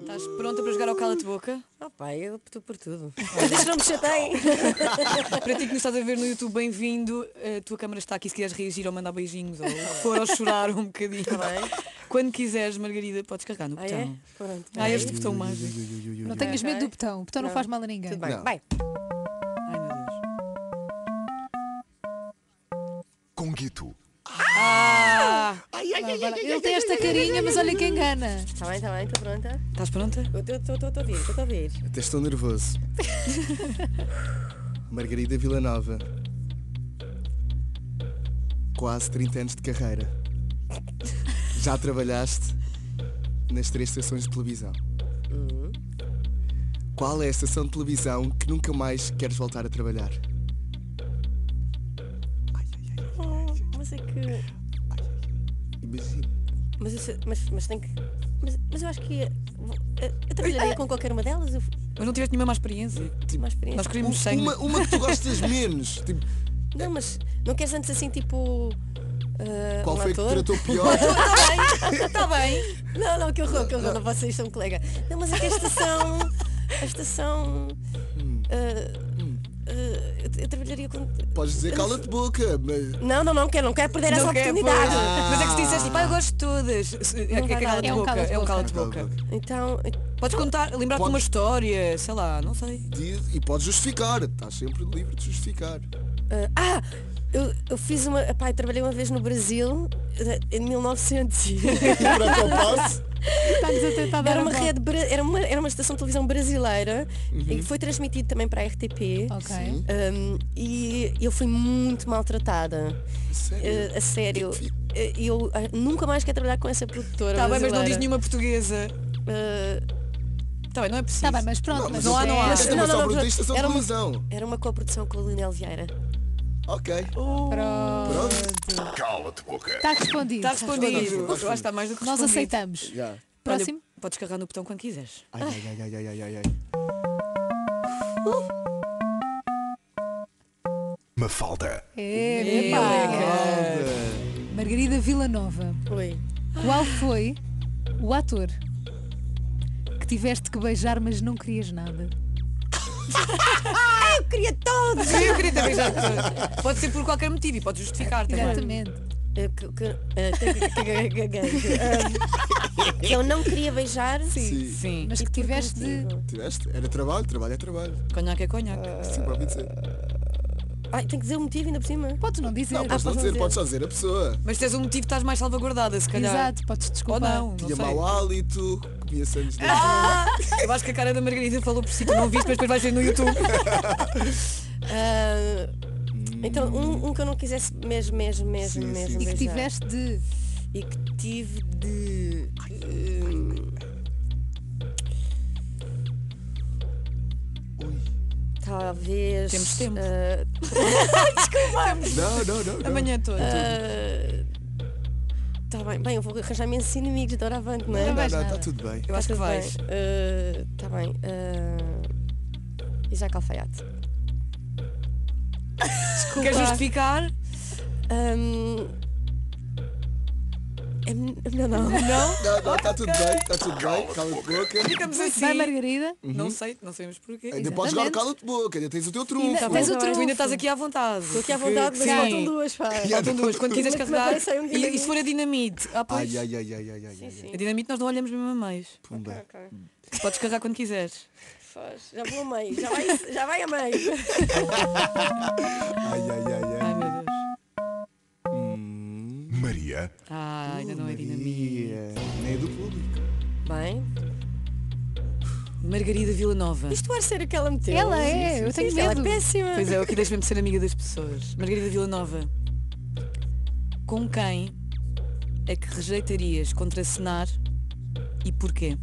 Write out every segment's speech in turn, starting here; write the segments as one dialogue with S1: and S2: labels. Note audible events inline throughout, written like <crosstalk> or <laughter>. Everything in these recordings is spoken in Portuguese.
S1: Estás pronta para jogar ao cala-te-boca?
S2: Oh pá, eu opto por tudo.
S3: <laughs> Vocês não me chateiem.
S1: Para ti que nos estás a ver no YouTube, bem-vindo. A tua câmara está aqui se quiseres reagir ou mandar beijinhos ou o que for ou chorar um bocadinho.
S3: <laughs>
S1: Quando quiseres, Margarida, podes carregar no
S2: Tá Ah, é?
S3: Então.
S1: botão.
S2: Pronto.
S1: Ah, este botão mágico.
S4: Não tenhas
S2: Ok.
S4: medo do botão, o botão não,
S2: Não.
S4: faz mal a ninguém.
S2: Tudo bem.
S5: Não.
S2: Vai.
S1: Ai, meu Deus.
S5: Conguito.
S1: Ah!
S4: Lá, vai lá. Ele tem esta carinha, mas olha que engana.
S2: Está Tá bem, está bem, estou pronta.
S1: Estás pronta?
S2: Estou a ouvir, estou a ouvir.
S5: Até estou nervoso. Margarida Villanova. Quase 30 anos de carreira. Já trabalhaste nas três estações de televisão. Qual é a estação de televisão que nunca mais queres voltar a trabalhar? Ai, ai, ai.
S2: Oh, mas é que.
S5: Imagina.
S2: Mas, eu sei- mas, mas tem que. Mas, mas eu acho que. Eu, eu trabalharia com qualquer uma delas, eu
S1: Mas não tiveste nenhuma má experiência?
S2: tive
S1: Nós
S2: mais experiência.
S1: queríamos
S5: Um-
S1: sangue.
S5: Uma, uma que tu gostas menos. Tipo,
S2: Não, mas não queres antes assim tipo. ah,
S5: qual
S2: um
S5: foi que te
S2: ator?
S5: tratou pior?
S1: Ah, tá
S2: Está bem. Não, não, que horror, que horror, não posso isto a um colega. Não, mas é que a
S5: <laughs>
S2: estação. A estação. ah,
S5: Hum.
S2: ah, eu, eu trabalharia com.
S5: Podes dizer cala-te boca, mas
S2: Não, não, não quero, não quero perder essa
S1: Não quer,
S2: oportunidade.
S1: pois. Mas é que se disseste, pá, eu gosto de todas. Se- É,
S2: Não
S1: que- é
S2: vai dar.
S1: cala-te
S2: É um
S1: boca, é um
S5: cala-te-boca.
S1: cala-te-boca.
S2: Então,
S1: Podes contar, lembrar-te de uma
S5: Podes.
S1: história, sei lá, não sei.
S5: diz e podes justificar. Estás sempre livre de justificar.
S2: Ah, ah, eu, eu fiz uma. Epá, eu trabalhei uma vez no Brasil eh, em 1900.
S1: <laughs>
S5: E
S1: é
S5: para que eu passe,
S4: Está-nos a tentar dar
S2: Era
S4: a
S2: uma
S4: volta.
S2: rede bra- era uma, era uma estação de televisão brasileira
S1: Uhum.
S2: e foi transmitido também para a RTP.
S4: Ok.
S2: Um, e eu fui muito maltratada.
S5: sério.
S2: Eh, a sério. Eh, Eu ah, nunca mais quero trabalhar com essa produtora.
S1: Está Tá bem, mas não diz
S2: brasileira.
S1: nenhuma portuguesa.
S2: Eh,
S1: Está bem, não é preciso.
S4: Está bem, mas pronto, mas
S1: não há,
S4: é-
S1: não há.
S5: Mas
S2: Não,
S5: também
S2: não,
S5: só
S2: não,
S5: perguntei
S2: mas
S5: estação de
S2: era uma-
S5: televisão.
S2: era uma coprodução com a Lionel Vieira.
S5: Ok.
S4: Pronto. Está respondido.
S1: Está respondido.
S5: Está
S1: Eu acho que está mais do que
S4: Nós
S1: respondido.
S4: aceitamos.
S5: Já.
S1: Olha,
S4: Próximo.
S1: podes carregar no botão quando quiseres. <laughs>
S5: Ai, ai, ai, ai, ai, ai, ai, ai. Uh.
S6: Mafalda.
S4: É, bem pá.
S1: é
S4: Margarida Villanova,
S2: Oi.
S4: qual foi o ator que tiveste que beijar mas não querias nada?
S2: Eu queria todos!
S1: Eu queria ter beijado todas. Pode ser por qualquer motivo e podes justificar também.
S4: Exatamente.
S2: Eh, que- que- eh, que- que- que- que- que- que eu não queria beijar.
S5: Sim.
S1: Sim.
S4: Mas que tiveste de.
S5: Tiveste? Era trabalho, trabalho é trabalho.
S1: Conhaque é conhaque.
S5: Sim, para dizer.
S2: Ai, tem que dizer o motivo ainda por cima.
S4: Podes não dizer.
S5: Não, podes não
S2: posso
S5: dizer,
S2: dizer.
S5: podes só dizer a pessoa.
S1: Mas tens um motivo que estás mais salvaguardada, se calhar.
S4: Exato, podes
S1: Ou
S4: desculpar.
S1: não, não
S5: Tinha
S1: sei.
S5: mau hálito, comia sandes de
S1: Eu acho que a cara da Margarida falou por si, tu não viste, mas depois vais ver no YouTube.
S2: Ah, então, um, um que eu não quisesse mesmo, mesmo, mesmo,
S5: Hum. Sim, sim,
S2: mesmo.
S4: E que
S2: beijar.
S4: tiveste de.
S2: E que tive de. eh, hum, Talvez.
S1: Temos tempo.
S2: ah,
S5: <laughs> Não, não, não. não.
S1: Amanhã toda.
S2: ah, eh, tá bem, bem, eu vou arranjar imensos inimigos de Doravante, não é?
S4: Não
S5: Não,
S4: vais
S5: não, está
S4: nada.
S5: tudo bem.
S1: Eu acho que vais.
S2: Está tá bem. ah, e já calfaiate.
S1: Queres justificar?
S2: Hum, é men- não, não.
S1: Não?
S5: Não, não, está tudo bem, está tudo bem. Cala-te boca.
S1: Ficamos
S4: Muito
S1: assim.
S4: bem, Margarida.
S1: Não sei, não sabemos porquê. Tá
S5: Ainda podes jogar o
S4: Exatamente.
S5: cala-te boca, ainda tens o teu trunfo.
S4: Ainda tens o
S1: Tu
S4: trunfo.
S1: ainda estás aqui à vontade.
S2: Estou aqui à vontade, mas um
S1: Sim.
S2: faltam duas, pá.
S1: Faltam duas. Quando quiseres
S2: Mas
S1: carregar.
S2: aparece aí um
S1: E, e se
S2: dinamite.
S1: for a dinamite? Ah, pois.
S5: Ai, ai, ai, ai, ai, ai, ai.
S2: Sim.
S1: A dinamite nós não olhamos mesmo a mais.
S5: Pumba.
S2: Ok.
S1: Podes carregar quando quiseres.
S2: Faz. Já vou a meio, já vai, já vai a meio.
S5: Ai, ai, ai,
S1: Ai
S5: ai.
S1: meu Deus.
S6: Maria.
S1: Ah, ainda não é dinamite.
S5: Hum. Maria. Nem é do público.
S2: Bem,
S1: Margarida Villanova.
S2: isto vai ser o que ela meteu.
S4: Ela é, eu tenho
S2: Isto, ela é
S4: medo.
S2: péssima.
S1: Pois é, eu aqui deixo mesmo de ser amiga das pessoas. Margarida Villanova. Com quem é que rejeitarias contracenar e porquê?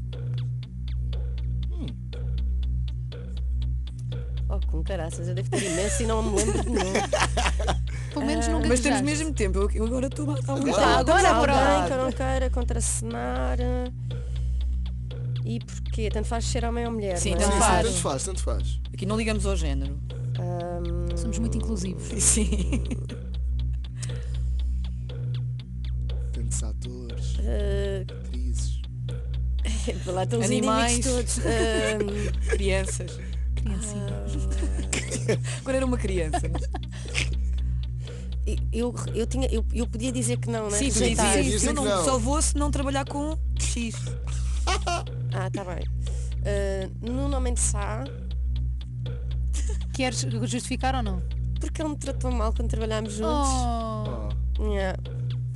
S2: Oh, com caraças, eu devo ter imenso e não me lembro de nenhum.
S4: Pelo menos nunca
S1: Ah, Mas temos
S4: beijaste.
S1: mesmo é tempo. Eu, eu agora estou a matar um
S4: Tá, agora
S2: Alguém que
S4: pronto.
S2: eu não queira contracenar. eh, E porquê? Tanto faz ser homem ou mulher.
S1: Sim,
S2: não é?
S1: tanto
S5: Sim,
S1: faz.
S5: sim, tanto faz, tanto faz.
S1: Aqui não ligamos ao género.
S2: Ahm,
S4: Somos muito inclusivos.
S1: Sim.
S5: Tantos atores,
S2: eh, <laughs>
S5: atrizes.
S2: Lá estão os
S1: Animais.
S2: inimigos todos. Eh, Ahm,
S1: Crianças.
S4: Criancinha.
S1: Quando era uma criança.
S2: e- eh, eu, eu, tinha, eu, eu podia dizer que não, não é?
S1: Sim, sim,
S2: Rejeitar.
S1: sim,
S5: Diz
S1: Eu não,
S5: que não.
S1: só vou se não trabalhar com X.
S2: Ah, tá bem. Eh, no Nuno Homem de Sá,
S4: Queres justificar ou não?
S2: porque ele me tratou mal quando trabalhámos juntos.
S4: Oh,
S5: Oh,
S2: Yeah.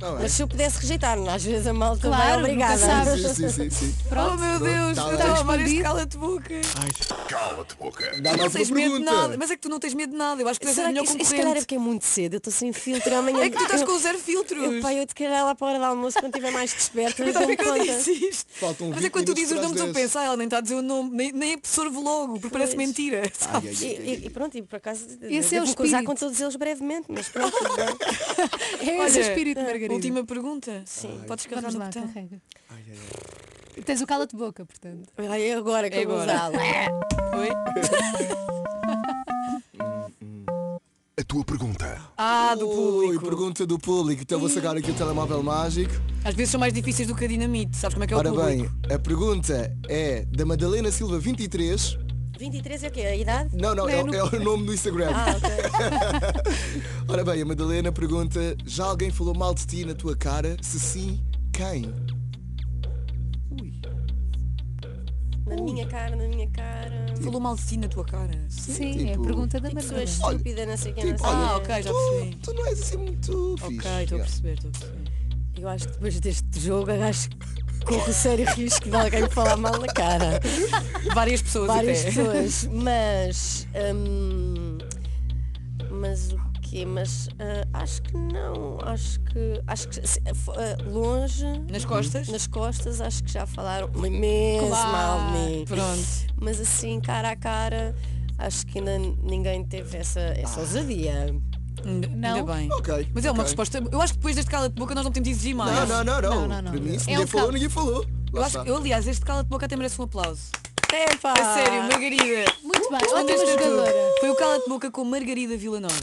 S5: não é?
S2: Mas se eu pudesse rejeitar, às vezes a malta
S4: Claro,
S2: vai
S4: nunca
S2: obrigada.
S4: sabe.
S5: Sim, sim, sim, sim.
S1: <laughs> Oh
S4: pronto.
S1: meu Deus,
S5: Tá
S1: eu
S5: bem.
S1: estava a amar este
S4: Respondido.
S1: cala-te boca.
S5: Ai,
S3: Cala-te boca.
S5: dá
S1: Não
S5: mais
S1: tens
S5: uma
S1: medo de
S5: pergunta.
S1: nada, mas é que tu não tens medo de nada. Eu acho que tu és a
S2: Será que
S1: melhor
S2: isto, isto se calhar é
S1: concorrente.
S2: porque é muito cedo, eu estou sem filtro amanhã.
S1: É que tu estás
S2: eu,
S1: com zero filtros.
S2: eu, pá, eu te calhar lá para a hora do almoço, quando estiver mais desperta, eu
S1: Eu também
S2: dou-me
S1: quando
S2: conta.
S1: disse isto.
S5: Faltam
S1: Mas é
S5: 20
S1: quando tu
S5: minutos
S1: dizes os
S5: para as
S1: nomes, eu
S5: 10.
S1: penso, ah, ela nem está a dizer o nome, nem, nem absorve logo, porque parece
S2: Pois.
S1: mentira.
S5: Ai,
S1: sabes?
S5: ai,
S2: E,
S5: ai, ai,
S2: e- e pronto, e por acaso
S4: Esse é o
S2: devo-me cruzar
S4: espírito.
S2: com todos eles brevemente, mas pronto, tudo bem.
S4: <laughs> É
S1: Olha,
S4: esse o
S1: ah,
S4: espírito, Margarida.
S1: Última pergunta.
S2: Sim.
S1: Podes carregar
S4: Vamos
S1: no
S4: lá,
S1: botão.
S4: carrega.
S5: ai, ai, ai.
S4: Tens o cala-te boca, portanto.
S2: Ai, é agora que
S1: É
S2: eu vou
S1: agora.
S2: usá-lo. <laughs>
S1: Oi?
S3: A tua pergunta.
S1: Ah, do
S5: Ui,
S1: público.
S5: pergunta do público. Então vou sacar aqui o telemóvel mágico.
S1: Às vezes são mais difíceis do que a dinamite, sabes como é que é o
S5: Ora
S1: público?
S5: bem, a pergunta é da Madalena Silva 23.
S2: 23 é o quê? A idade?
S5: Não, não, é,
S4: Não,
S5: o- é o nome do Instagram.
S2: Ah, ok.
S5: Ora bem, a Madalena pergunta, já alguém falou mal de ti na tua cara? Se sim, quem? Ui.
S2: Na minha cara, na minha cara.
S1: Falou mal de ti na tua cara.
S4: Sim, é a
S5: tipo-
S4: pergunta da
S2: Que pessoa
S4: Margarida.
S2: estúpida, não sei o quê, não
S5: Tipo,
S2: sei o
S5: olha,
S1: Ah,
S2: quê.
S1: ok, já
S5: Tu,
S1: percebi.
S5: tu não és assim muito fixe.
S1: Ok, estou a
S5: Yeah.
S1: perceber, estou a perceber.
S2: Eu acho que depois deste jogo acho que corro sério risco de alguém me falar mal na
S1: <laughs>
S2: cara.
S1: Várias pessoas
S2: Várias
S1: até.
S2: pessoas. Mas. hum, mas o quê? Mas ah, acho que não. Acho que. Acho que se- ah, longe.
S1: Nas costas?
S2: Nas costas acho que já falaram imenso
S4: Claro.
S2: mal de mim.
S1: Pronto.
S2: Mas assim, cara a cara, acho que ainda ninguém teve essa, essa ousadia.
S1: Ainda
S4: Não.
S1: ainda bem.
S5: Ok.
S1: Mas é uma
S5: ok.
S1: resposta. Eu acho que depois deste cala de boca nós não podemos exigir mais.
S5: Não, não, não, não.
S4: Não, não, não.
S5: Para mim, se
S4: É
S5: ninguém
S4: um
S5: falou,
S4: cabo.
S5: ninguém falou. Lá
S1: Eu, acho,
S5: está. Ah.
S1: eu, aliás, este cala de boca até merece um aplauso.
S2: Epá!
S1: A sério, Margarida.
S4: Muito bem,
S5: é
S1: respondeste
S4: ótima
S1: tudo.
S4: jogadora.
S1: Foi o cala de boca com Margarida Villanova.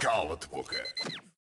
S3: Cala-te boca.